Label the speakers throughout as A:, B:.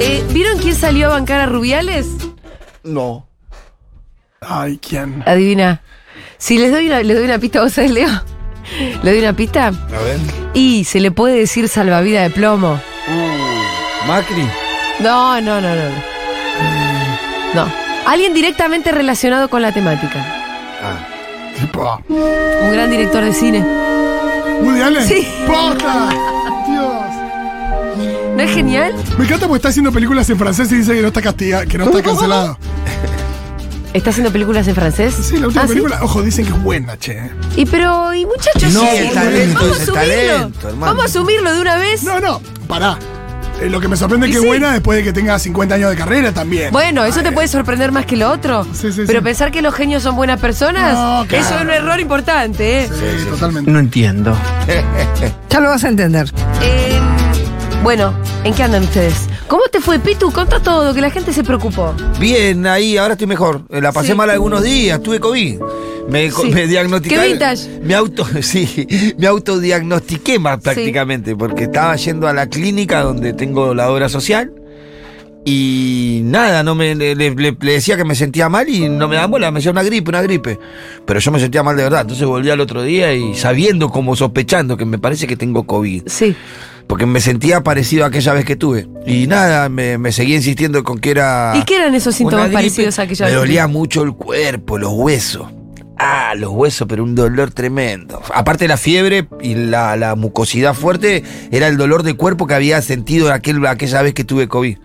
A: Eh, a bancar a Rubiales?
B: No.
C: Ay, ¿quién?
A: Adivina. Si les doy una, les doy una pista, ¿vos sabés, Leo? ¿Le doy una pista?
B: A ver.
A: Y se le puede decir salvavidas de plomo.
B: Macri.
A: No, no, no, no. No. No. Alguien directamente relacionado con la temática.
B: Ah.
C: Tipo.
A: Un gran director de cine.
C: Woody Allen.
A: Sí.
C: ¡Posta! Dios.
A: ¿No es genial?
C: Me encanta porque está haciendo películas en francés y dice que no está castigado, que no está cancelado.
A: ¿Está haciendo películas en francés?
C: Sí, la última
A: ¿Ah, sí?
C: película, ojo, dicen que es buena, che.
A: Y pero, y muchachos,
B: No,
A: sí,
B: el
A: vamos
B: talento
A: a
B: es el
A: asumirlo.
B: talento, hermano.
A: Vamos a asumirlo de una vez.
C: No, no, pará. Eh, lo que me sorprende es
A: Y
C: que es
A: sí.
C: buena después de que tenga 50 años de carrera también.
A: Bueno, eso te puede sorprender más que lo otro.
C: Sí, sí,
A: pero
C: sí.
A: pensar que los genios son buenas personas,
C: No, claro.
A: eso es un error importante. ¿eh?
C: Sí, totalmente.
D: No entiendo.
E: Ya lo vas a entender.
A: Eh, bueno, ¿en qué andan ustedes? ¿Cómo te fue, Pitu? Conta todo, que la gente se preocupó.
B: Bien, ahí, ahora estoy mejor. Eh, La pasé
A: Sí.
B: mal algunos días, tuve COVID. Me, co-
A: Sí.
B: me diagnosticaron.
A: Qué vintage.
B: Me auto, sí, me autodiagnostiqué más prácticamente, porque estaba yendo a la clínica donde tengo la obra social. Y nada, no me le, le- le- le decía que me sentía mal y no me daban bola, me decía una gripe, una gripe. Pero yo me sentía mal de verdad. Entonces volví al otro día y sabiendo como sospechando que me parece que tengo COVID.
A: Sí.
B: Porque me sentía parecido a aquella vez que tuve. Y nada, me, me seguía insistiendo con que era.
A: ¿Y qué eran esos
B: Una
A: síntomas
B: gripe.
A: parecidos a aquella
B: Me
A: vez?
B: dolía mucho el cuerpo, los huesos. Ah, los huesos, pero un dolor tremendo. Aparte de la fiebre y la, la mucosidad fuerte, era el dolor de cuerpo que había sentido aquel, aquella vez que tuve COVID.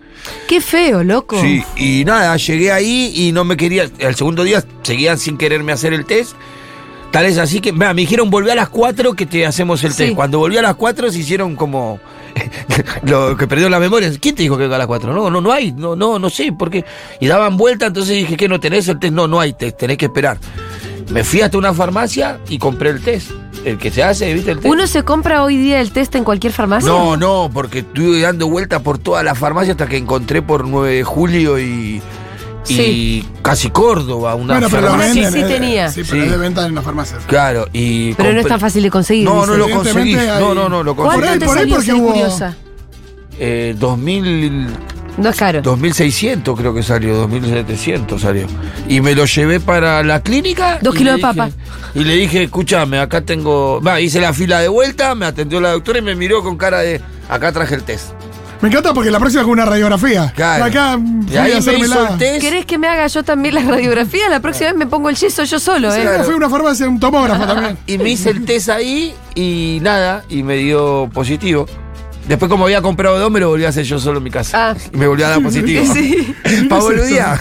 A: Qué feo, loco.
B: Sí, y nada, llegué ahí y no me quería. El segundo día seguían sin quererme hacer el test. Tal es así que, mira, me dijeron, volví a las 4 que te hacemos el
A: Sí.
B: test. Cuando volví a las 4 se hicieron como. lo que perdió la memoria. ¿Quién te dijo que era a las 4? No, no, no hay, no, no, no sé, por qué. Y daban vuelta, entonces dije, ¿qué no tenés el test? No, no hay test, tenés que esperar. Me fui hasta una farmacia y compré el test. El que se hace, ¿viste? El test.
A: ¿Uno se compra hoy día el test en cualquier farmacia?
B: No, no, porque estuve dando vueltas por toda la farmacia hasta que encontré por 9 de julio y, y
A: Sí.
B: casi Córdoba, una
C: Bueno, pero lo
B: farmacia.
A: farmacia
C: venden.
A: Ah, sí
C: eh,
A: tenía.
C: Sí, pero
B: Sí.
C: es de venta en las farmacias.
B: Claro, y
A: Pero no es tan
B: compré-
A: fácil de conseguir.
B: No, no
A: dice.
B: lo
C: Evidentemente
B: conseguí.
C: hay-
B: No, no, no, lo
A: ¿Cuánto
B: conseguí.
C: ahí-
A: te
C: por ahí
A: salió,
C: porque
A: Soy
C: hubo-
A: curiosa?
B: Eh, 2000
A: No es caro.
B: 2600 creo que salió, 2700 salió. Y me lo llevé para la clínica.
A: Dos
B: y
A: kilos
B: le
A: de
B: dije-
A: papa.
B: Y le dije, escúchame, acá tengo. Va, hice la fila de vuelta, me atendió la doctora y me miró con cara de. Acá traje el test.
C: Me encanta porque la próxima es una radiografía.
B: Claro.
C: Acá mm,
B: y
C: fui a
B: ahí me hizo
C: hacérmela.
B: el test.
A: ¿Querés que me haga yo también la radiografía? La próxima vez me pongo el yeso yo solo,
C: Sí,
A: ¿eh?
B: Claro.
C: Fui a una farmacia, un tomógrafo también.
B: Y me hice el test ahí y nada, y me dio positivo. Después, como había comprado dos, me lo volví a hacer yo solo en mi casa.
A: Ah.
B: Y me volví a dar positivo.
A: Sí.
B: Pa' boludear.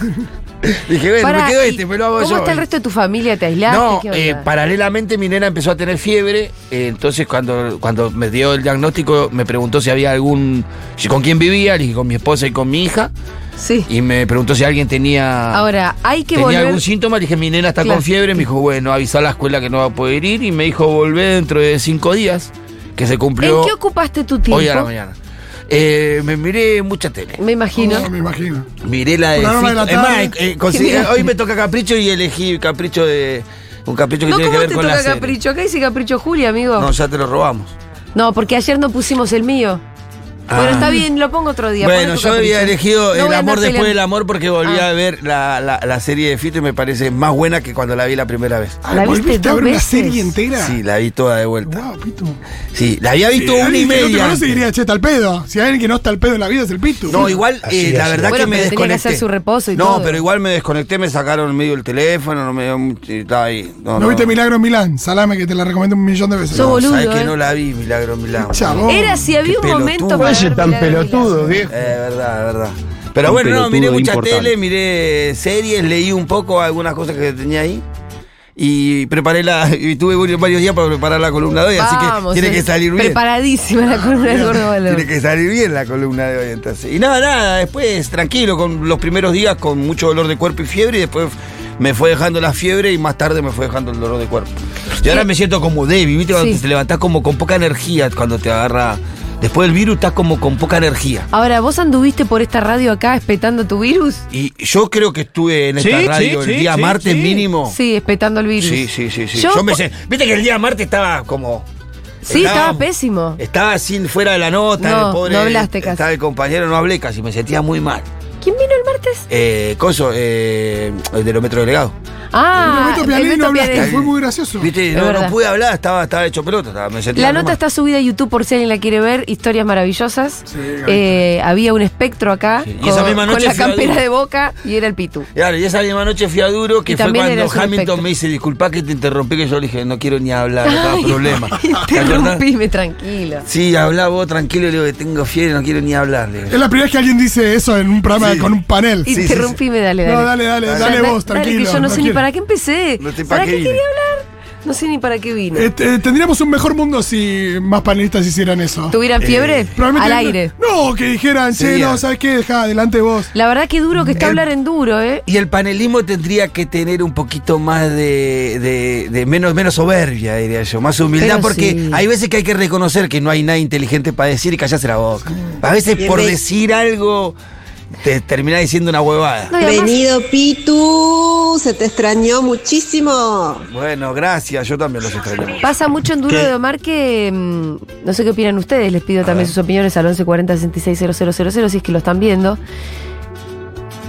B: Dije, bueno,
A: Pará,
B: me quedo
A: ¿y
B: este, me lo hago
A: ¿Cómo
B: yo.
A: está el resto de tu familia? ¿Te aislaste?
B: No,
A: ¿Qué
B: eh,
A: onda?
B: paralelamente mi nena empezó a tener fiebre, eh, entonces cuando, cuando me dio el diagnóstico me preguntó si había algún, si- con quién vivía, le dije con mi esposa y con mi hija,
A: Sí.
B: y me preguntó si alguien tenía,
A: Ahora, hay que
B: tenía
A: volver.
B: algún síntoma, le dije mi nena está
A: Claro.
B: con fiebre, me dijo bueno, avisa a la escuela que no va a poder ir, y me dijo volver dentro de cinco días, que se cumplió
A: ¿En qué ocupaste tu tiempo?
B: hoy a la mañana. Eh, me miré mucha tele.
A: Me imagino.
C: No, me imagino.
B: Miré la de.
C: Programa de la
B: Fito. Es más,
C: tarde.
B: eh, eh, conseguí-
A: Genial.
B: hoy me toca capricho y elegí capricho de. Un capricho que
A: No,
B: tiene que
A: ¿cómo
B: ver
A: te
B: con la
A: toca
B: serie.
A: capricho? Acá dice capricho Julia, amigo.
B: No,
A: No,
B: ya te lo robamos.
A: porque ayer no pusimos el mío.
B: Ah.
A: Bueno, está bien, lo pongo otro día.
B: Bueno,
A: Pon tu
B: yo había
A: capricho.
B: elegido
A: No voy
B: el
A: a andar
B: amor después
A: peleando.
B: del amor porque volví
A: Ah.
B: a ver la, la- la serie de Fito y me parece más buena que cuando la vi la primera vez.
C: Ay,
A: Ah, ¿La viste
C: ¿Volviste a
A: dos
C: ver una
A: veces?
C: serie entera?
B: Sí, la vi toda de vuelta.
C: Wow, Pitu.
B: Sí, la había visto una y
C: Alguien Que no te
B: media.
C: conoce diría, che, está al pedo. Si hay alguien que no está al pedo en la vida es el Pitu.
B: No, igual, eh, la verdad
A: Bueno,
B: que
A: pero
B: me
A: tenía que
B: desconecté.
A: hacer su reposo y
B: no,
A: todo.
B: pero igual me desconecté, me sacaron medio el teléfono, no me dio mucho- y estaba ahí. No,
C: ¿No, viste Milagro en Milán? Salame que te la recomiendo un millón de veces.
A: Sos
B: No,
A: boludo,
B: sabés
A: eh.
B: que no la vi, Milagro Milán.
C: Chabón.
A: Era si había
B: Oh, Qué
A: un momento
B: pelotudo.
A: para
B: Oye,
A: ver
D: tan
A: Pilar de Vilas.
D: pelotudo, viejo.
B: Eh, verdad, verdad. Pero
F: Un
B: bueno, no, miré
F: pelotudo
B: mucha
F: importante.
B: tele, miré series, leí un poco algunas cosas que tenía ahí. Y preparé la. Y tuve varios- varios días para preparar la columna de hoy, así que
A: Vamos,
B: tiene
A: eh.
B: que salir bien.
A: Preparadísima la columna del gordo Valor.
B: Tiene que salir bien la columna de hoy, entonces. Y nada, nada, después tranquilo, con los primeros días con mucho dolor de cuerpo y fiebre, y después me fue dejando la fiebre y más tarde me fue dejando el dolor de cuerpo. Y ahora me siento como débil, ¿viste? Cuando
A: Sí.
B: te levantás como con poca energía, cuando te agarra. Después del virus estás como con poca energía.
A: Ahora, ¿vos anduviste por esta radio acá espetando tu virus?
B: Y yo creo que estuve en esta
F: Sí,
B: radio
F: sí,
B: el
F: sí,
B: día
F: sí,
B: martes
F: sí.
B: mínimo.
A: Sí, espetando el virus.
B: Sí, sí, sí, sí.
A: Yo-
B: Yo, me sé. Viste que el día martes estaba como.
A: Sí, estaba
B: Estábamos-
A: pésimo.
B: Eh. Estaba sin fuera de la nota,
A: No,
B: el pobre.
A: no hablaste casi.
B: Estaba el compañero, no hablé casi, me sentía muy mal.
A: ¿Quién vino el martes?
B: Eh, coso, eh, el de los metros delegados.
A: Ah,
C: Beto
A: el
C: Pianelli
A: Beto
C: no hablaste,
A: Pianelli.
C: fue muy gracioso.
B: Viste,
A: Es
B: no, no
A: verdad.
B: pude hablar, estaba, estaba hecho pelota. Estaba, me sentía
A: La
B: normal.
A: nota está subida a YouTube por si alguien la quiere ver, historias maravillosas.
C: Sí,
A: Eh, había un espectro acá
B: Sí, y
A: con,
B: esa misma
A: con
B: noche
A: la
B: fui a
A: campera
B: Duro.
A: de boca y era el Pitu.
B: Claro, y esa misma noche fui a Duro,
A: Y
B: que fue
A: también
B: cuando
A: eras un espectro.
B: Hamilton me dice, disculpa que te interrumpí, que yo le dije, no quiero ni hablar, no
A: Ay,
B: tengo problema. ¿Te acordás?
A: Interrumpime, tranquilo.
B: Sí, hablá vos tranquilo, le digo, que tengo fiebre, no quiero ni hablar. le digo.
C: Es la primera vez que alguien dice eso en un programa
B: Sí.
C: con un panel.
B: sí, sí.
A: Interrumpime, dale, dale.
C: No, dale, dale,
B: Dale.
C: dale,
A: Ya, da-
C: vos, tranquilo.
A: Dale, que yo no sé ni
C: tranquilo.
A: para qué empecé.
B: No sé
A: ¿Para
B: para
A: qué
B: qué vine.
A: quería hablar? No sé ni para qué vino.
C: Eh, eh, tendríamos un mejor mundo si más panelistas hicieran eso.
A: ¿Tuvieran fiebre?
C: Probablemente-
A: Al aire.
C: No, que dijeran, che,
B: Sería.
C: no, ¿sabes qué? Deja, adelante vos.
A: La verdad que duro que está
B: Eh,
A: hablar en duro, ¿eh?
B: Y el panelismo tendría que tener un poquito más de, de- de menos, menos soberbia, diría yo, más humildad,
A: Pero
B: porque
A: sí.
B: hay veces que hay que reconocer que no hay nada inteligente para decir y callarse la boca. A veces por decir algo te termina diciendo una huevada.
A: No, y además-
D: Venido Pitu, se te extrañó muchísimo.
B: Bueno, gracias, yo también los extraño. mucho.
A: Pasa mucho en Duro
B: ¿Qué?
A: de Omar que. mm, no sé qué opinan ustedes. Les pido también sus opiniones al 1140 660000 si es que lo están viendo.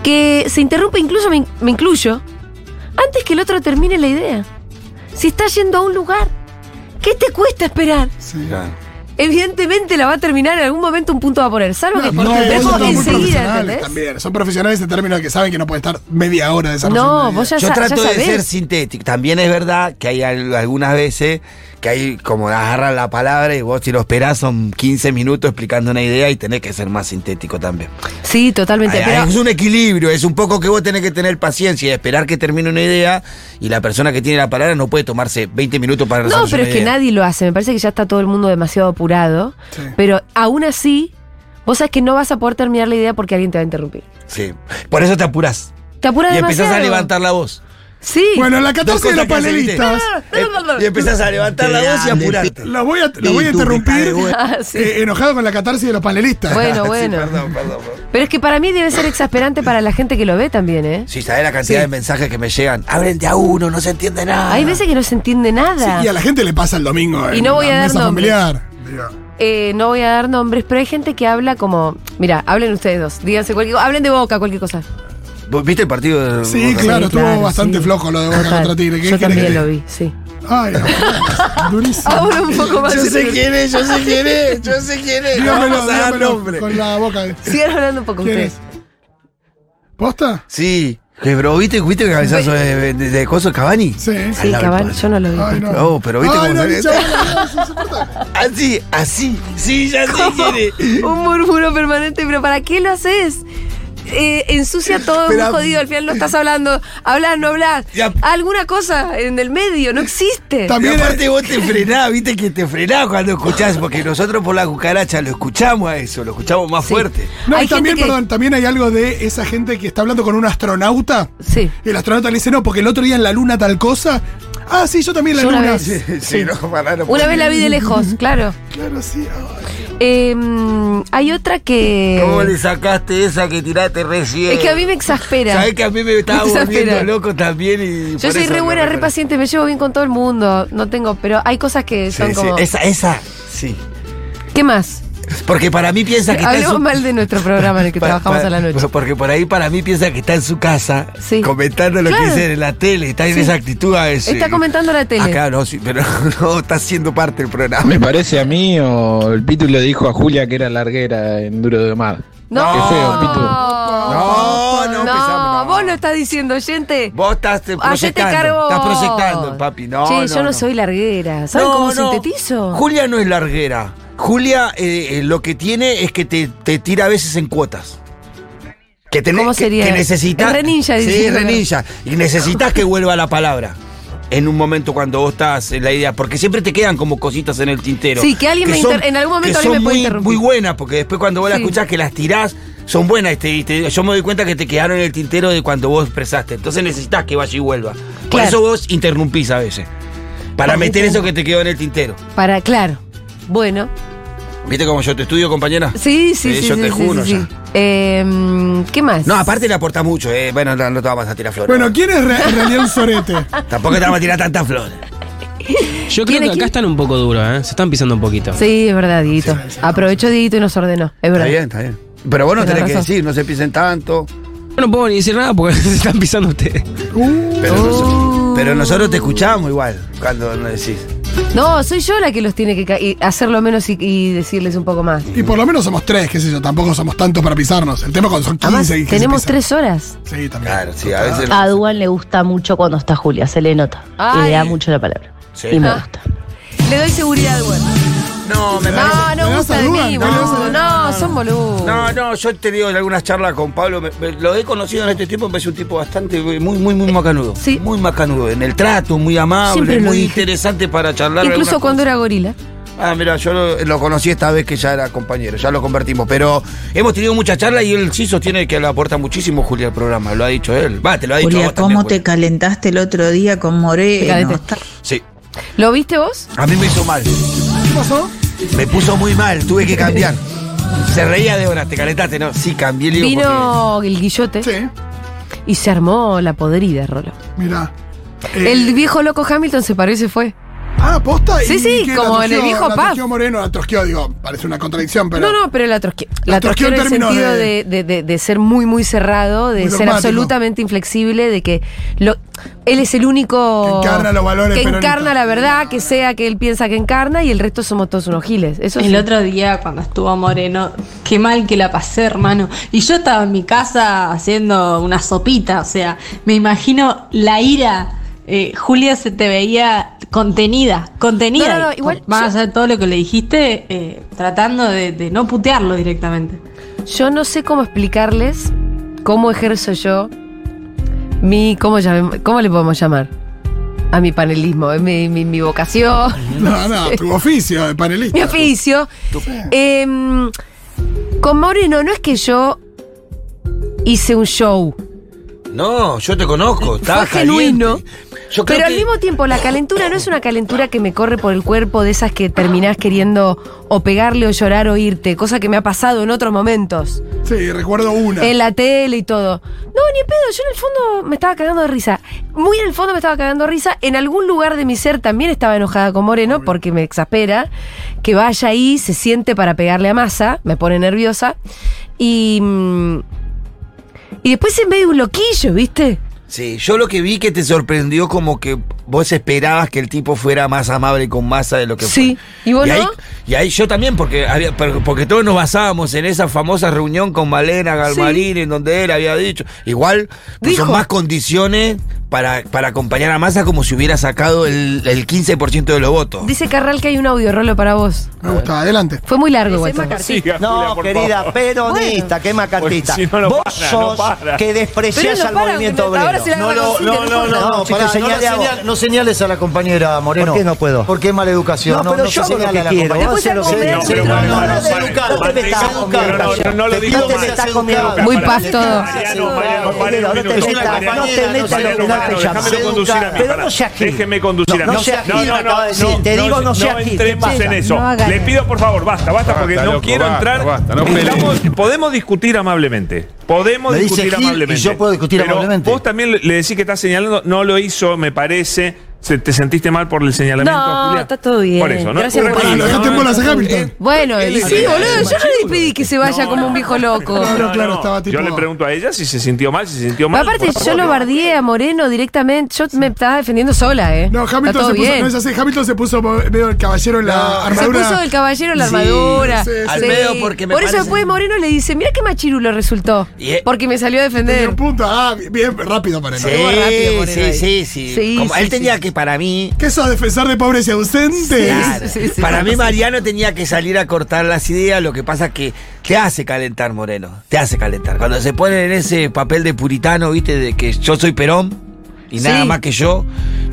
A: Que se interrumpe, incluso me, in- me incluyo, antes que el otro termine la idea. Si está yendo a un lugar, ¿qué te cuesta esperar?
B: Claro.
A: Evidentemente la va a terminar, en algún momento un punto va a poner. Salvo que
C: aparte,
A: corte el
C: vos
A: tiempo
C: sos muy
A: enseguida,
C: profesionales
A: ¿entendés?
C: también. Son profesionales en términos de que saben que no pueden estar media hora desarrollando.
A: No,
C: una
A: vos
C: idea.
A: ya,
B: Yo
A: sa- ya
B: trato de
A: sabés.
B: ser sintético. También es verdad que hay al- algunas veces que hay como agarran la palabra y vos si lo esperás son 15 minutos explicando una idea y tenés que ser más sintético también.
A: Sí, totalmente.
B: Ay,
A: pero-
B: Es un equilibrio, es un poco que vos tenés que tener paciencia y esperar que termine una idea y la persona que tiene la palabra no puede tomarse 20 minutos para
A: No,
B: resolver
A: pero
B: una
A: es que
B: idea.
A: nadie lo hace. Me parece que ya está todo el mundo demasiado apurado.
C: Sí.
A: Pero aún así, vos sabes que no vas a poder terminar la idea porque alguien te va a interrumpir.
B: Sí. Por eso te apurás
A: Te apuras
B: y
A: demasiado.
B: empezás a levantar la voz.
A: Sí.
C: Bueno, eh, la 14 de
B: Dos
C: los
B: cosas que hace,
C: panelistas.
A: ¿viste? No, no, no, no.
B: Y empezás a levantar la voz y apurarte.
C: La voy a, la voy a
B: Y tú, que
C: interrumpir.
B: caes, güey.
A: Ah, sí.
C: eh, enojado con la catarsis de los panelistas.
A: bueno,
B: Sí,
A: bueno.
B: perdón, perdón, perdón.
A: Pero es que para mí debe ser exasperante para la gente que lo ve también, ¿eh?
B: Sí, sabés la cantidad
C: Sí.
B: de mensajes que me llegan. Abren de a uno, no se entiende nada.
A: Hay veces que no se entiende
C: Ah. Sí,
A: nada.
C: y a la gente le pasa el domingo.
A: Y
C: en
A: no voy
C: la
A: a dar
C: mesa
A: nombres.
C: familiar. Digo,
A: Eh, no voy a dar nombres, pero hay gente que habla como. Mira, hablen ustedes dos. Díganse cualquier cosa. Hablen de boca, cualquier cosa.
B: ¿Vos ¿Viste el partido del
C: Sí,
B: Boca?
C: claro, estuvo
A: claro,
C: bastante
A: sí.
C: flojo lo de Boca
A: Total.
C: contra Tigre. ¿Qué
A: Yo
C: querés que
A: también
C: te-
A: lo vi, sí.
C: Ay, no, durísimo.
A: Ahora un poco más.
B: Yo sé quién es, yo sé quién es, yo sé quién es. No
C: Dígamelo,
B: vamos a dar
C: dígamelo
B: nombre.
C: con la boca.
A: Sigan hablando un poco
C: ¿Quién
A: ustedes.
C: es? ¿Posta?
B: Sí, Eh, pero ¿viste, viste el cabezazo de, de, de, de Coso Cavani?
C: Sí.
A: Sí,
B: Al lado
A: Cabal,
B: del
A: yo no lo vi.
C: Ay, no.
B: No, pero ¿viste
C: Ay,
B: cómo
C: no,
B: sale?
C: chaval, no, es insoportable.
B: Así, así. Sí, ya sé quién es.
A: un murmuro permanente, pero ¿para qué lo haces? Eh, ensucia todo, es
B: Pero-
A: muy jodido, al final no estás hablando, hablas, no hablas,
B: Ya-
A: alguna cosa en el medio, no existe.
C: Tam-
B: Y
C: También
B: aparte vos te frenás, viste que te frenás cuando escuchás, porque nosotros por la cucaracha lo escuchamos a eso, lo escuchamos más
A: Sí.
B: fuerte.
C: No,
A: Hay
C: y también,
A: gente que-
C: perdón, también hay algo de esa gente que está hablando con un astronauta.
A: Sí.
C: Y el astronauta le dice, no, porque el otro día en la luna tal cosa. Ah, sí, yo también en
A: Yo
C: la
A: una
C: luna.
A: vez.
C: Sí,
B: Sí, no, pará, no
A: Una
B: puedo.
A: vez la vi de lejos, claro.
C: Claro, sí. ay.
A: Eh, mm, hay otra
B: ¿Cómo le
A: que...
B: sacaste esa que tiraste recién?
A: Es que a mí me exaspera.
B: Sabés que a mí me estaba
A: Me exaspera.
B: volviendo loco también y
A: Yo
B: por
A: soy
B: eso
A: re
B: no
A: buena, re
B: recuerdo.
A: paciente, me llevo bien con todo el mundo, no tengo, pero hay cosas que
B: Sí,
A: son
B: sí,
A: como...
B: esa, esa, sí.
A: ¿Qué más?
B: Porque para mí piensa que está en
A: Hablemos
B: su-
A: mal de nuestro programa en el que
B: Pa-
A: trabajamos
B: pa-
A: a la noche.
B: por- Porque por ahí para mí piensa que está en su casa
A: Sí.
B: comentando lo
A: Claro.
B: que dicen en la tele, está en
A: Sí.
B: esa actitud a veces.
A: Está comentando la tele.
B: Ah, claro, no, sí, pero no está siendo parte del programa.
F: Me parece a mí, o el Pitu le dijo a Julia que era larguera en Duro de Omar.
A: No,
F: Qué feo, Pitu.
B: No, no, empezamos, no.
A: vos lo estás diciendo, oyente.
B: Vos estás eh,
A: Ah, yo te
B: proyectando.
A: cargo.
B: Estás
A: vos.
B: proyectando, papi. No,
A: Che, yo no,
B: no.
A: soy larguera. ¿Saben
B: No,
A: cómo
B: no.
A: sintetizo?
B: Julia no es larguera. Julia eh, eh, lo que tiene es que te, te tira a veces en cuotas. Que tenés,
A: ¿Cómo
B: que-
A: sería?
B: Que, necesitas.
A: Es re ninja,
B: Sí,
A: dice.
B: es re ninja. Y necesitas que vuelva la palabra. En un momento cuando vos estás en la idea, porque siempre te quedan como cositas en el tintero.
A: Sí, que alguien me inter- en algún momento
B: que
A: alguien
B: son
A: me puede
B: muy,
A: interrumpir.
B: muy buenas, porque después cuando vos las
A: Sí.
B: escuchás que las tirás, son buenas. y te- y te- yo me doy cuenta que te quedaron en el tintero de cuando vos expresaste. Entonces necesitas que vaya y vuelva. Por
A: Claro.
B: eso vos interrumpís a veces. Para meter eso que te quedó en el tintero.
A: Para, claro. Bueno,
B: ¿Viste cómo yo te estudio, compañera?
A: sí, sí,
B: Eh,
A: sí.
B: yo
A: sí,
B: te
A: sí,
B: juro
A: sí,
B: ya.
A: sí. Eh, ¿Qué más?
B: No, aparte le aporta mucho, eh. Bueno, no, no te vamos a tirar flores.
C: Bueno, ¿quién es re- en realidad un sorete?
B: Tampoco te vamos a tirar tantas flores.
A: ¿Quién
G: Yo creo que
A: es quién?
G: acá están un poco duros, ¿eh? Se están pisando un poquito.
A: Sí, es verdad, Dieguito. Aprovechó Dieguito y nos ordenó. Es verdad.
B: está bien. Pero bueno,
A: Tenés
B: tenés que
A: razón.
B: decir, no se pisen tanto.
G: Yo no puedo ni decir nada porque se están pisando ustedes.
B: Pero,
A: Oh.
B: noso- pero nosotros te escuchamos igual cuando nos decís.
A: No, soy yo la que los tiene que ca- y hacerlo menos y, y decirles un poco más.
C: Y por lo menos somos tres, qué sé yo, tampoco somos tantos para pisarnos. El tema cuando son 15
A: Además,
C: y que se
A: tenemos
C: pisan.
A: tres horas.
C: Sí, también.
B: Claro, sí, a veces.
A: Ah.
H: A Duan le gusta mucho cuando está Julia, se le nota.
A: Ay.
H: Y le da mucho la palabra.
B: Sí.
H: Y me
A: Ah.
H: gusta.
A: Le doy seguridad, bueno.
B: No, me parece-
A: No, no
C: ¿Me
A: gusta
C: das
A: de
C: ayuda?
A: mí,
C: No,
A: boludo. No, son boludos.
B: No, no, yo he tenido en algunas charlas con Pablo, me- me- lo he conocido en este tiempo, me parece un tipo bastante, muy, muy, muy macanudo.
A: Eh, sí.
B: Muy macanudo, en el trato, muy amable,
A: Siempre lo
B: muy
A: dije.
B: interesante para charlar.
A: Incluso
B: algunas
A: cuando era gorila.
B: cosas. Ah, mira, yo lo, lo conocí esta vez que ya era compañero, ya lo convertimos, pero hemos tenido muchas charlas y él sí sostiene que le aporta muchísimo Julia al programa, lo ha dicho él. Va, te lo ha dicho a
I: Julia,
B: vos también,
I: ¿cómo te
B: Julia.
I: calentaste el otro día con
A: Te
I: Moreno?
A: calenté.
I: Está-
B: Sí,
A: ¿Lo viste vos?
B: a mí me hizo mal.
C: ¿Qué pasó?
B: Me puso muy mal, tuve que cambiar. Se reía de horas, te calentaste, ¿no? Sí, cambié el
A: Vino el guillote
C: Sí,
A: y se armó la podrida, Rolo.
C: mira.
A: El viejo loco Hamilton se paró y se fue.
C: Eh, Ah, posta. ¿Y
A: Sí, sí,
C: qué?
A: como
C: La
A: en el
C: tosqueó-
A: viejo
C: la
A: pub.
C: tosqueó Moreno, la tosqueó, digo, parece una contradicción, pero.
A: no, no, pero la trosqueó. La,
C: La trosqueó
A: trosqueó en el
C: en términos
A: sentido de,
C: de-
A: de- de- de ser muy, muy cerrado, de ser
C: Muy dogmático.
A: absolutamente inflexible, de que lo, él es el único
C: Que encarna los valores
A: que
C: peronistas.
A: encarna la verdad, que sea que él piensa que encarna y el resto somos todos unos giles. Eso
J: El
A: sí.
J: otro día cuando estuvo Moreno, qué mal que la pasé, hermano. Y yo estaba en mi casa haciendo una sopita, o sea, me imagino la ira. Eh, Julia se te veía contenida, contenida.
A: No, no, no,
J: y
A: igual
J: por- más
A: yo-
J: allá de todo lo que le dijiste, eh, tratando de, de no putearlo directamente.
A: Yo no sé cómo explicarles cómo ejerzo yo mi. ¿Cómo, llamem- cómo le podemos llamar? A mi panelismo, eh, mi, mi- mi vocación,
C: No, no, tu oficio de panelista.
A: mi oficio. Em, con Moreno no es que yo hice un show,
B: No, yo te conozco. Estaba
A: Fue genuino.
B: caliente. Yo creo
A: pero al
B: que-
A: mismo tiempo la calentura no es una calentura que me corre por el cuerpo de esas que terminás queriendo o pegarle o llorar o irte, cosa que me ha pasado en otros momentos.
C: Sí, recuerdo una.
A: En la tele y todo. No, ni en pedo, yo en el fondo me estaba cagando de risa. Muy en el fondo me estaba cagando de risa. En algún lugar de mi ser también estaba enojada con Moreno porque me exaspera que vaya ahí, se siente para pegarle a masa, me pone nerviosa. Y. mm, Y después en medio de un loquillo, ¿viste?
B: Sí, yo lo que vi que te sorprendió como que vos esperabas que el tipo fuera más amable con masa de lo que
A: Sí,
B: fue.
A: ¿y vos
B: ahí,
A: no?
B: y ahí yo también, porque había, por- porque todos nos basábamos en esa famosa reunión con Malena Galmarín, en donde él había dicho. Igual puso
A: Dijo.
B: más condiciones para, para acompañar a masa como si hubiera sacado el, el 15% de los votos.
A: Dice Carral que hay un audio rolo para vos.
C: Me gusta, adelante.
A: Fue muy largo, guacho.
K: No, querida peronista, qué
G: Pues
K: macartista. Vos sos que despreciás
A: Pero no
K: al
A: para,
K: movimiento
A: ahora
K: obrero.
A: se la agarra con Cintia, no importa.
K: no, pará, no la señal- no señales a la compañera Moreno. ¿Por qué no puedo? Porque es mala educación. No, pero yo hago lo que quiero.
A: Después se la comen.
K: No, pero
A: No,
K: no, no,
A: no,
K: no, educado, no te metas, educado, callado.
G: no lo
K: Te
G: digo
K: metas,
G: mal.
K: te estás comiendo.
A: Muy pasto.
K: Mariano, Mariano, no te metas, no te metas en lo que no te llama.
G: déjame conducir a mí,
K: Pero
G: pará.
K: no seas gil.
G: Déjeme conducir a
K: No,
G: mí.
K: No seas
G: No,
K: gil,
G: no,
K: me acaba de
G: no,
K: decir. Te
G: no,
K: digo, no
G: no
K: seas gil.
G: entremos
K: Te
G: en
K: metas.
G: eso.
A: No hagan
G: Le
A: eso.
G: pido, por favor, basta, basta, porque no
F: Ah, loco,
G: quiero
F: basta,
G: entrar.
F: basta, no peleen.
G: Estamos- podemos discutir amablemente. Podemos
K: Me dice
G: discutir
K: Gil y
G: amablemente.
K: yo puedo discutir
G: Pero
K: amablemente.
G: Vos también le- le decís que estás señalando, no lo hizo, me parece. Se- ¿Te sentiste mal por el señalamiento?
A: No,
G: Julia?
A: está todo bien.
G: Por eso, ¿no?
A: Gracias por-
C: Bueno, lo dejaste en bolas a Hamilton.
A: Bueno, y sí, boludo, yo no le pedí que se vaya
G: No,
A: como
G: no.
A: un viejo loco.
C: Claro, claro, estaba tipo-
G: Yo le pregunto a ella si se sintió mal, si se sintió mal.
A: aparte,
G: por
A: yo
G: favor.
A: lo bardié a Moreno directamente. Yo me estaba defendiendo sola, ¿eh?
C: No, Hamilton
A: Está todo
C: se puso.
A: bien.
C: No es así, Hamilton se puso, veo el caballero en la
A: se
C: armadura.
A: puso el caballero en la
B: Sí,
A: armadura.
C: sí, sí.
B: Al pedo porque me
A: Por eso
B: parece-
A: después Moreno le dice, mira qué machirulo resultó.
B: Y, eh,
A: Porque me salió a
C: Te
A: defender.
C: dio punto. Ah, bien, rápido para
B: Sí,
A: Estuvo rápido Moreno
B: sí,
A: ahí.
B: sí, sí,
A: Sí,
B: Como-
A: sí,
B: él
A: sí.
B: tenía que, para mí,
C: ¿Qué sos defensor de pobres y ausentes?
B: Claro.
A: sí, sí.
B: Para mí Mariano tenía que salir a cortar las ideas, lo que pasa que te hace calentar Moreno, te hace calentar. Cuando se pone en ese papel de puritano, viste, de que yo soy Perón y nada
A: Sí.
B: más que yo,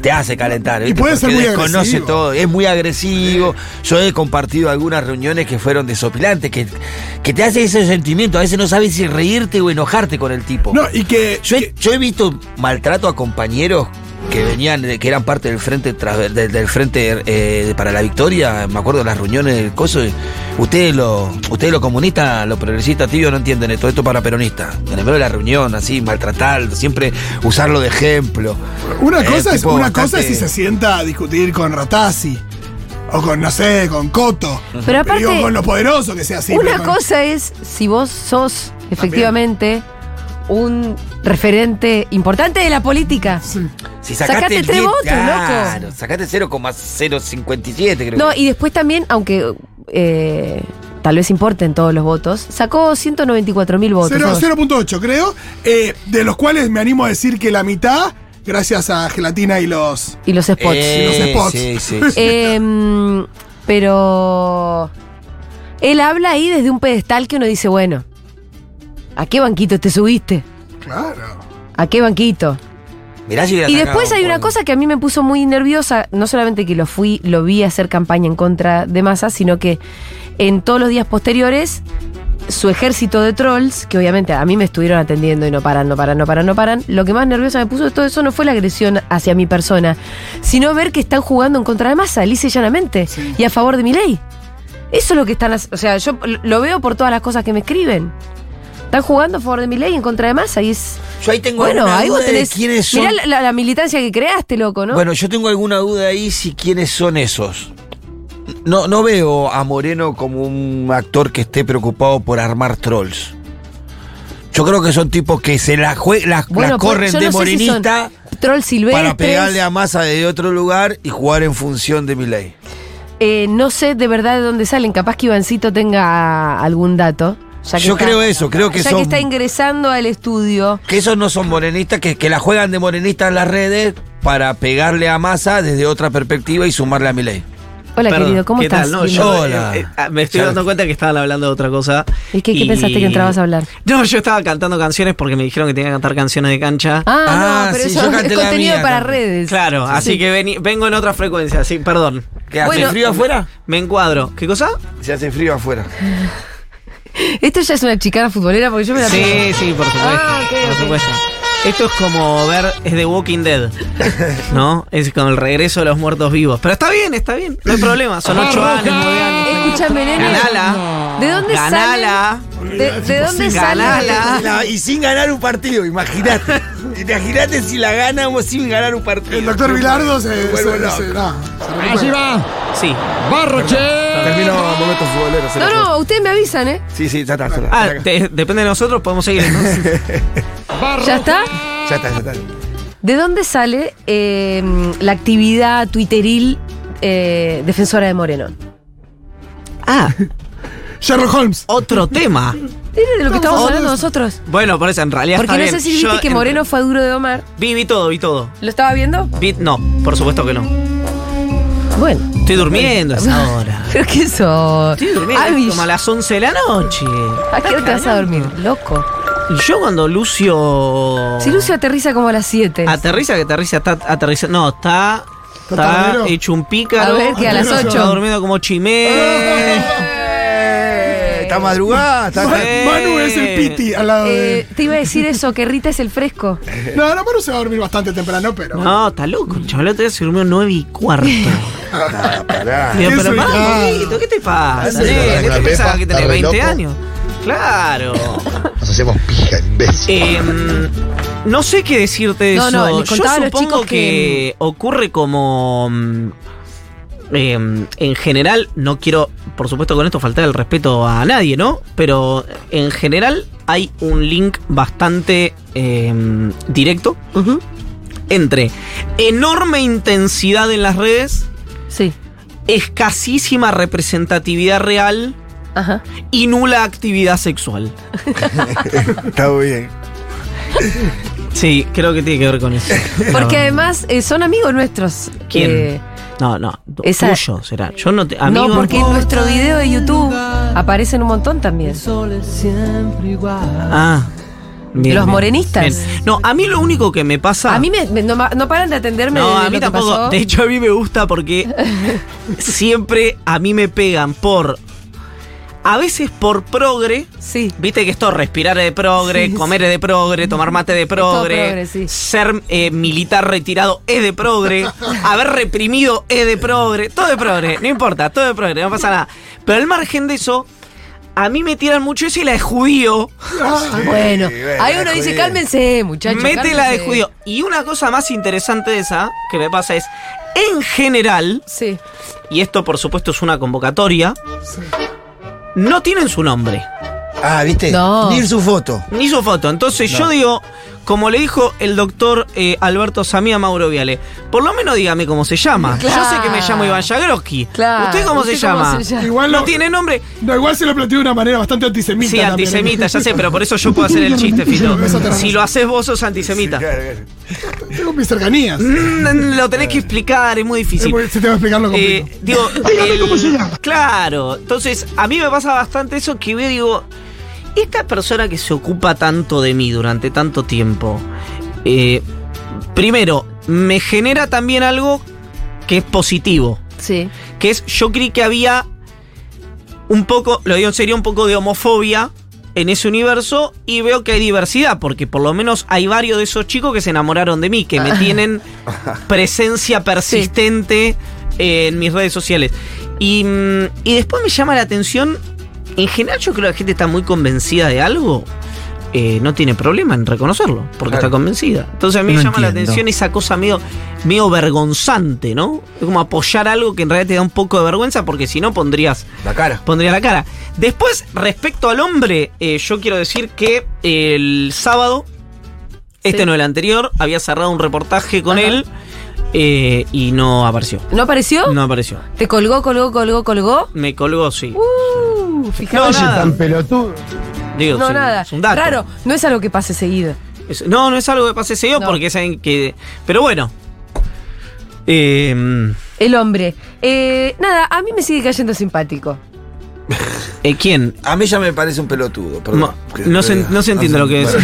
B: te hace calentar.
C: Y
B: ¿viste?
C: puede ser
B: Porque
C: muy
B: desconoce
C: agresivo.
B: todo, es muy agresivo. Yo he compartido algunas reuniones que fueron desopilantes, que, que te hace ese sentimiento, a veces no sabes si reírte o enojarte con el tipo.
C: No, y que.
B: Yo he, yo he visto maltrato a compañeros que venían, de- que eran parte del frente tras- del, del frente eh, para la victoria. Me acuerdo de las reuniones del coso. y Ustedes los, ustedes los comunistas, los progresistas tibios no entienden esto, esto para peronistas. En el medio de la reunión, así, maltratar, siempre usarlo de ejemplo.
C: Una
B: Eh,
C: cosa es
B: tipo
C: una
B: bastante-
C: cosa es si se sienta a discutir con Ratazzi. O con, no sé, con Coto.
A: Pero aparte-
C: Digo, con los poderosos que sea así.
A: Una
C: pero con-
A: cosa es si vos sos efectivamente un referente importante de la política.
B: Si
A: Sacaste
B: el
A: tres
B: 10,
A: votos,
B: claro, Sacaste 0,057, creo.
A: No,
B: que.
A: y después también, aunque eh, tal vez importen todos los votos, sacó 194 mil votos.
C: Cero-
A: ¿no?
C: 0.8, creo. eh, de los cuales me animo a decir que la mitad, gracias a Gelatina y los.
A: Y los spots.
C: y los
B: Eh,
C: spots.
B: sí, sí,
A: Em, pero él habla ahí desde un pedestal que uno dice, bueno, ¿a qué banquito te subiste?
C: Claro.
A: ¿A qué banquito?
B: Mirá si hubiera
A: Y
B: sacado
A: después hay
B: por-
A: una cosa que a mí me puso muy nerviosa, no solamente que lo fui, lo vi hacer campaña en contra de Massa, sino que en todos los días posteriores su ejército de trolls, que obviamente a mí me estuvieron atendiendo y no paran, no paran, no paran, no paran, lo que más nerviosa me puso de todo eso no fue la agresión hacia mi persona, sino ver que están jugando en contra de Massa, lisa y llanamente, y a favor de mi ley. Eso es lo que están haciendo, o sea, yo lo veo por todas las cosas que me escriben. Están jugando a favor de mi ley en contra de Massa y es...
B: Yo ahí tengo
A: Bueno,
B: alguna
A: ahí vos
B: duda de
A: tenés.
B: quiénes son.
A: Mirá la, la- la militancia que creaste, loco, ¿no?
B: Bueno, yo tengo alguna duda ahí si quiénes son esos. No, no veo a Moreno como un actor que esté preocupado por armar trolls. Yo creo que son tipos que se la, jue- la- la
A: Bueno, pues,
B: corren
A: yo
B: de
A: no sé si son
B: morenista
A: Troll silvestres.
B: para pegarle a masa de otro lugar y jugar en función de mi ley.
A: Eh, no sé de verdad de dónde salen. Capaz que Ivancito tenga algún dato. ya que
B: Yo
A: está-
B: creo eso, creo que
A: ya
B: son.
A: que está ingresando al estudio.
B: que esos no son morenistas, que, que la juegan de morenista en las redes para pegarle a masa desde otra perspectiva y sumarle a mi ley.
A: Hola,
I: Perdón,
A: querido, ¿cómo
I: ¿qué
A: estás?
I: Tal? No,
A: Bien.
I: yo
B: Hola.
I: eh, eh, me estoy
B: Ya.
I: dando cuenta que estaban hablando de otra cosa.
A: ¿Y qué, qué
I: y-
A: pensaste que entrabas a hablar?
I: No, yo estaba cantando canciones porque me dijeron que tenía que cantar canciones de cancha.
A: Ah,
B: Ah,
A: no, pero
B: sí,
A: eso
B: yo
A: es
B: canté la
A: contenido
B: mía,
A: para
B: canté.
A: redes.
I: Claro,
A: Sí,
I: así
A: sí.
I: que vení- vengo en otra frecuencia, sí, perdón.
B: ¿Que hace
A: Bueno.
B: frío afuera?
I: Me encuadro. ¿Qué cosa?
B: Se hace frío afuera.
A: Esto ya es una chicana futbolera porque yo me la
I: Sí, sí, por supuesto.
A: Ah, ok,
I: por
A: ok.
I: supuesto. Esto es como ver, es The Walking Dead, ¿no? Es con el regreso de los muertos vivos. Pero está bien, está bien, no hay problema. Ah, Son ocho años, nueve años.
A: Escúchame, nene.
I: Ganala.
A: ¿De dónde
I: Ganala.
A: salen? ¿De, de dónde
I: Ganala.
A: salen?
B: La- y sin ganar un partido, imagínate. imagínate si la ganamos sin ganar un partido.
C: El doctor Bilardo se.
B: Vuelvo
C: se-
B: loco.
C: se- nada, se recupera.
K: Allí va.
I: Sí.
K: Barroche.
B: Termino momentos futboleros. se
A: No,
B: la juego.
A: no, ustedes me avisan, ¿eh?
B: Sí, sí, ya está. Ya está,
I: Ah, te- depende de nosotros, podemos seguir. ¿no?
A: ¿Ya está?
B: ya está. ya está.
A: ¿De dónde sale eh, la actividad tuiteril eh, defensora de Moreno?
I: Ah,
C: Sherlock Holmes.
B: Oh,
I: otro tema.
A: Dile de lo que estamos hablando nosotros.
I: Bueno, por eso en realidad
A: Porque
I: está
A: no
I: bien.
A: sé si viste
I: Yo
A: que
I: en-
A: Moreno fue a duro de Omar.
I: Vi, vi todo, vi todo.
A: ¿Lo estaba viendo?
I: Vi, no, por supuesto que no.
A: Bueno.
I: Estoy durmiendo a esa hora.
A: Creo que eso.
I: Estoy durmiendo
A: Ay,
I: como a las 11 de la noche.
A: ¿A qué hora te vas a dormir? Loco.
I: Y yo cuando Lucio...
A: Si Lucio aterriza como a las 7.
I: Aterriza, que aterriza, está aterrizando. No, está. Está
C: tardero?
I: hecho un pícaro.
A: A ver, que a las ocho.
I: Está durmiendo como
A: Eh,
I: chimé.
B: Eh, Está madrugada, está.
C: Ma-
I: Eh.
C: Manu es el piti al lado
G: Eh,
C: de.
A: eh, te iba a decir eso, que Rita es el fresco.
C: No, no, Manu se va a dormir bastante temprano, pero.
I: No, está loco. El chaval otro día se durmió 9 y cuarto. Digo,
C: Qué
I: pero pará,
C: suicado.
I: poquito, ¿qué te pasa? Eh,
L: Hace
I: nene?
L: una
I: ¿Qué te
L: pepa,
I: pensabas que tenés
L: está re
I: 20
L: loco.
I: años? Claro.
L: Nos hacemos pija, imbécil.
I: Em, no sé qué decirte de
A: No,
I: eso.
A: no, les
I: Yo
A: contaba a los
I: supongo
A: chicos
I: que...
G: Eh,
A: que-
I: ocurre como. mm, em, en general, no quiero, por supuesto, con esto faltar el respeto a nadie, ¿no? Pero en general hay un link bastante em, directo entre enorme intensidad en las redes,
A: Sí.
I: escasísima representatividad real
A: Ajá.
I: y nula actividad sexual.
B: Está muy bien.
I: Sí, creo que tiene que ver con eso.
A: Porque
I: No.
A: además eh, son amigos nuestros.
I: ¿Quién?
A: Eh,
I: No, no. tu-
A: Esa-
I: Tuyo será. Yo no te. Amigo,
A: no, porque en nuestro video de YouTube aparecen un montón también.
I: Ah. bien,
A: Los
I: bien,
A: morenistas.
I: bien. No, a mí lo único que me pasa.
A: A mí me, me- no, ma- no paran de atenderme.
I: No,
A: de
I: a
A: lo
I: mí
A: que
I: tampoco.
A: pasó.
I: De hecho, a mí me gusta porque siempre a mí me pegan por. A veces por progre.
A: Sí.
I: Viste que esto, respirar es de progre,
A: Sí,
I: comer es de progre, tomar mate es de
A: todo
I: progre,
A: progre, sí.
I: ser eh, militar retirado es de progre, haber reprimido es de progre, todo de progre, no importa, todo de progre, no pasa nada. Pero al margen de eso,
G: A mí me tiran mucho eso y la de judío.
A: bueno, ahí uno dice, cálmense, muchachos.
G: Mete la de
A: cálmense".
G: judío. Y una cosa más interesante de esa que me pasa es, en general,
A: sí.
G: y esto por supuesto es una convocatoria, no tienen su nombre.
I: Ah, ¿viste? Ni su foto.
G: Ni su foto. Entonces
I: No.
G: yo digo, como le dijo el doctor eh, Alberto Samía Mauro Viale, por lo menos dígame cómo se llama. Yo sé que me llamo Iván Jagroski.
C: Claro.
G: ¿Usted cómo,
C: ¿Usted
G: se,
C: cómo
G: llama?
C: se llama? Igual
G: no,
C: no-
G: tiene nombre.
C: No, igual se lo planteó de una manera bastante antisemita.
G: Sí,
C: también. ¿eh?
G: antisemita, ya sé, pero por eso yo puedo hacer el chiste, Fito. Si lo haces vos, sos antisemita.
C: Tengo mis cercanías.
G: Mm, Lo tenés que explicar, es muy difícil.
C: Se te va a explicarlo completo.
G: Eh, digo, el- Claro, entonces a mí me pasa bastante eso que veo, digo, esta persona que se ocupa tanto de mí durante tanto tiempo, eh, primero, me genera también algo que es positivo.
A: Sí.
G: Que es, yo creí que había un poco, lo digo en serio, un poco de homofobia en ese universo y veo que hay diversidad, porque por lo menos hay varios de esos chicos que se enamoraron de mí, que me tienen presencia persistente eh, en mis redes sociales. Y, mm, y después me llama la atención, en general yo creo que la gente está muy convencida de algo. eh, no tiene problema en reconocerlo, porque está convencida. Entonces a mí
I: No
G: me llama la
I: entiendo.
G: atención esa cosa medio, medio vergonzante, ¿no? Es como apoyar algo que en realidad te da un poco de vergüenza, porque si no pondrías
B: La cara.
G: Pondría la cara. Después, respecto al hombre, eh, yo quiero decir que el sábado, este no el anterior, había cerrado un reportaje con él eh, y no apareció.
A: ¿No apareció?
G: No apareció.
A: ¿Te colgó, colgó, colgó, colgó?
G: Me colgó, sí.
A: Uh,
G: No,
A: fíjate.
G: nada.
I: pelotudo.
G: Digo,
A: no,
G: es un-
A: nada.
G: es un dato.
A: Claro, no es algo que pase seguido.
G: Es- no, no es algo que pase seguido
A: No.
G: porque saben que. Pero bueno. Eh,
A: El hombre. Eh, nada, a mí me sigue cayendo simpático.
G: eh, ¿Quién?
B: A mí ya me parece un pelotudo, perdón.
G: No, no se, no se entiende lo que es.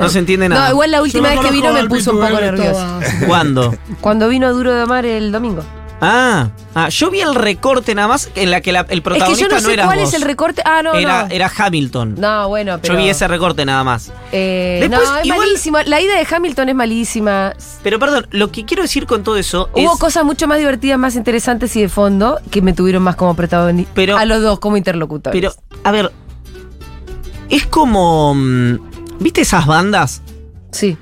G: No se entiende nada.
A: No, igual la última
C: Yo
A: vez
C: no
A: que vino
C: conozco
A: me
C: al
A: puso un poco
C: Pitbull,
A: nervioso.
G: ¿Cuándo?
A: Cuando vino Duro de Omar el domingo.
G: Ah, ah, yo vi el recorte nada más en la que la- el
A: Es que
G: protagonista
A: yo no sé
G: era
A: cuál es el recorte. Ah, no,
G: era,
A: no.
G: era Hamilton.
A: No, bueno, pero.
G: Yo vi ese recorte nada más.
A: Eh,
G: Después,
A: no, es
G: igual-
A: malísima. La ida de Hamilton es malísima.
G: Pero perdón, lo que quiero decir con todo eso
A: Hubo
G: es.
A: cosas mucho más divertidas, más interesantes y de fondo que me tuvieron más como protagonista.
G: Pero-
A: a los dos como interlocutores.
G: Pero, a ver. Es como. mm, ¿Viste esas bandas?
A: Sí.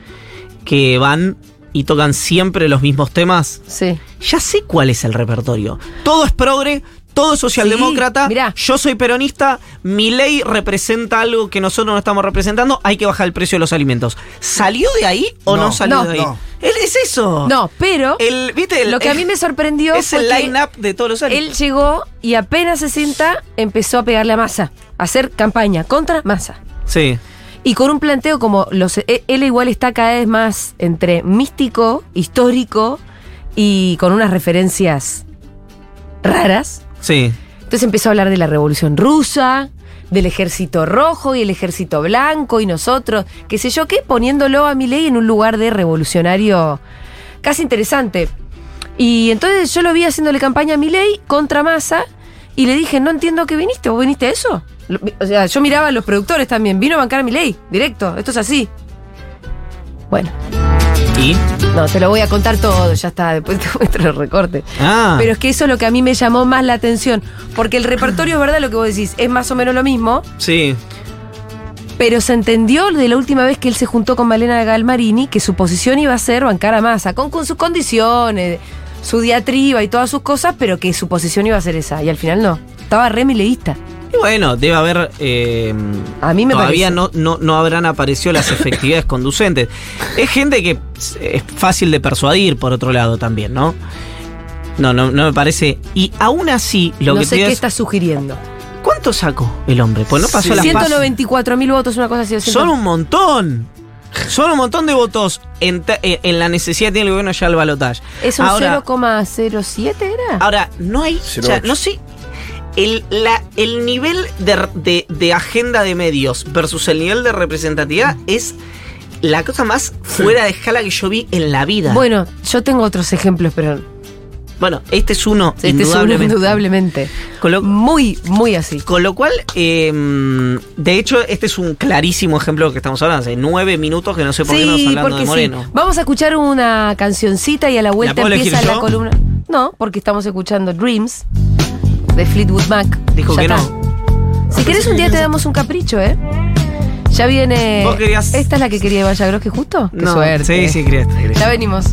G: Que van y tocan siempre los mismos temas.
A: Sí.
G: Ya sé cuál es el repertorio. Todo es progre. Todo es socialdemócrata. yo soy peronista. Mi ley representa algo que nosotros no estamos representando. Hay que bajar el precio de los alimentos. ¿Salió de ahí o no,
A: No,
G: salió
A: no,
G: de ahí?
A: no.
G: Él es eso.
A: No, pero
G: El- ¿viste? El-
A: lo que a mí me sorprendió
G: es el
A: fue que
G: line-up de todos los años.
A: él llegó y apenas se sienta empezó a pegarle a masa, a hacer campaña contra masa.
G: Sí.
A: Y con un planteo como los e- él igual está cada vez más entre místico, histórico y con unas referencias raras.
G: Sí.
A: Entonces empezó a hablar de la Revolución Rusa, del Ejército Rojo y el Ejército Blanco y nosotros, qué sé yo qué, poniéndolo a mi ley en un lugar de revolucionario casi interesante. Y entonces yo lo vi haciéndole campaña a mi ley contra Massa y le dije, no entiendo que viniste, ¿vos viniste a eso? Lo- O sea, yo miraba a los productores también, vino a bancar a mi ley, directo, esto es así. Bueno,
G: ¿Y?
A: no, te lo voy a contar todo, ya está, después te muestro los recortes.
G: Ah.
A: Pero es que eso es lo que a mí me llamó más la atención. Porque el repertorio, es verdad, lo que vos decís, es más o menos lo mismo.
G: Sí.
A: Pero se entendió de la última vez que él se juntó con Malena Galmarini que su posición iba a ser bancar a Massa, con, con sus condiciones, su diatriba y todas sus cosas, pero que su posición iba a ser esa. Y al final no. Estaba re mileísta.
G: Y bueno, debe haber. eh,
A: A mí me
G: todavía
A: parece.
G: no, no, no habrán aparecido las efectividades conducentes. Es gente que es fácil de persuadir, por otro lado, también, ¿no? No, no, no me parece. Y aún así, lo
A: no
G: que
A: sé
G: te
A: qué
G: digo es,
A: está sugiriendo.
G: ¿Cuánto sacó el hombre? Pues no pasó las la
A: 194 mil votos, una cosa así. o
G: Son un montón. Son un montón de votos en, ta- eh, en la necesidad que tiene el gobierno ya el balotaje.
A: Es un
G: Ahora-
A: 0,07 era.
G: Ahora, no hay. o sea, no sé. El, la- el nivel de, de- de agenda de medios versus el nivel de representatividad es la cosa más fuera de escala que yo vi en la vida.
A: Bueno, yo tengo otros ejemplos, pero
G: Bueno, este es uno.
A: este es uno
G: indudablemente.
A: indudablemente. muy, muy así.
G: Con lo cual, eh, de hecho, este es un clarísimo ejemplo de lo que estamos hablando. Hace nueve minutos que no sé por qué no estamos hablando de Moreno.
A: Vamos a escuchar una cancioncita y a la vuelta
G: puedo elegir
A: empieza la
G: yo?
A: columna. No, porque estamos escuchando Dreams de Fleetwood Mac.
G: Dijo
A: Ya
G: que
A: está.
G: no. Ah,
A: Si querés un día te damos un capricho, ¿eh? Ya viene.
I: Vos querías-
A: Esta es la que quería Vallagroski justo. Qué suerte.
I: Sí, sí, quería.
A: Ya venimos.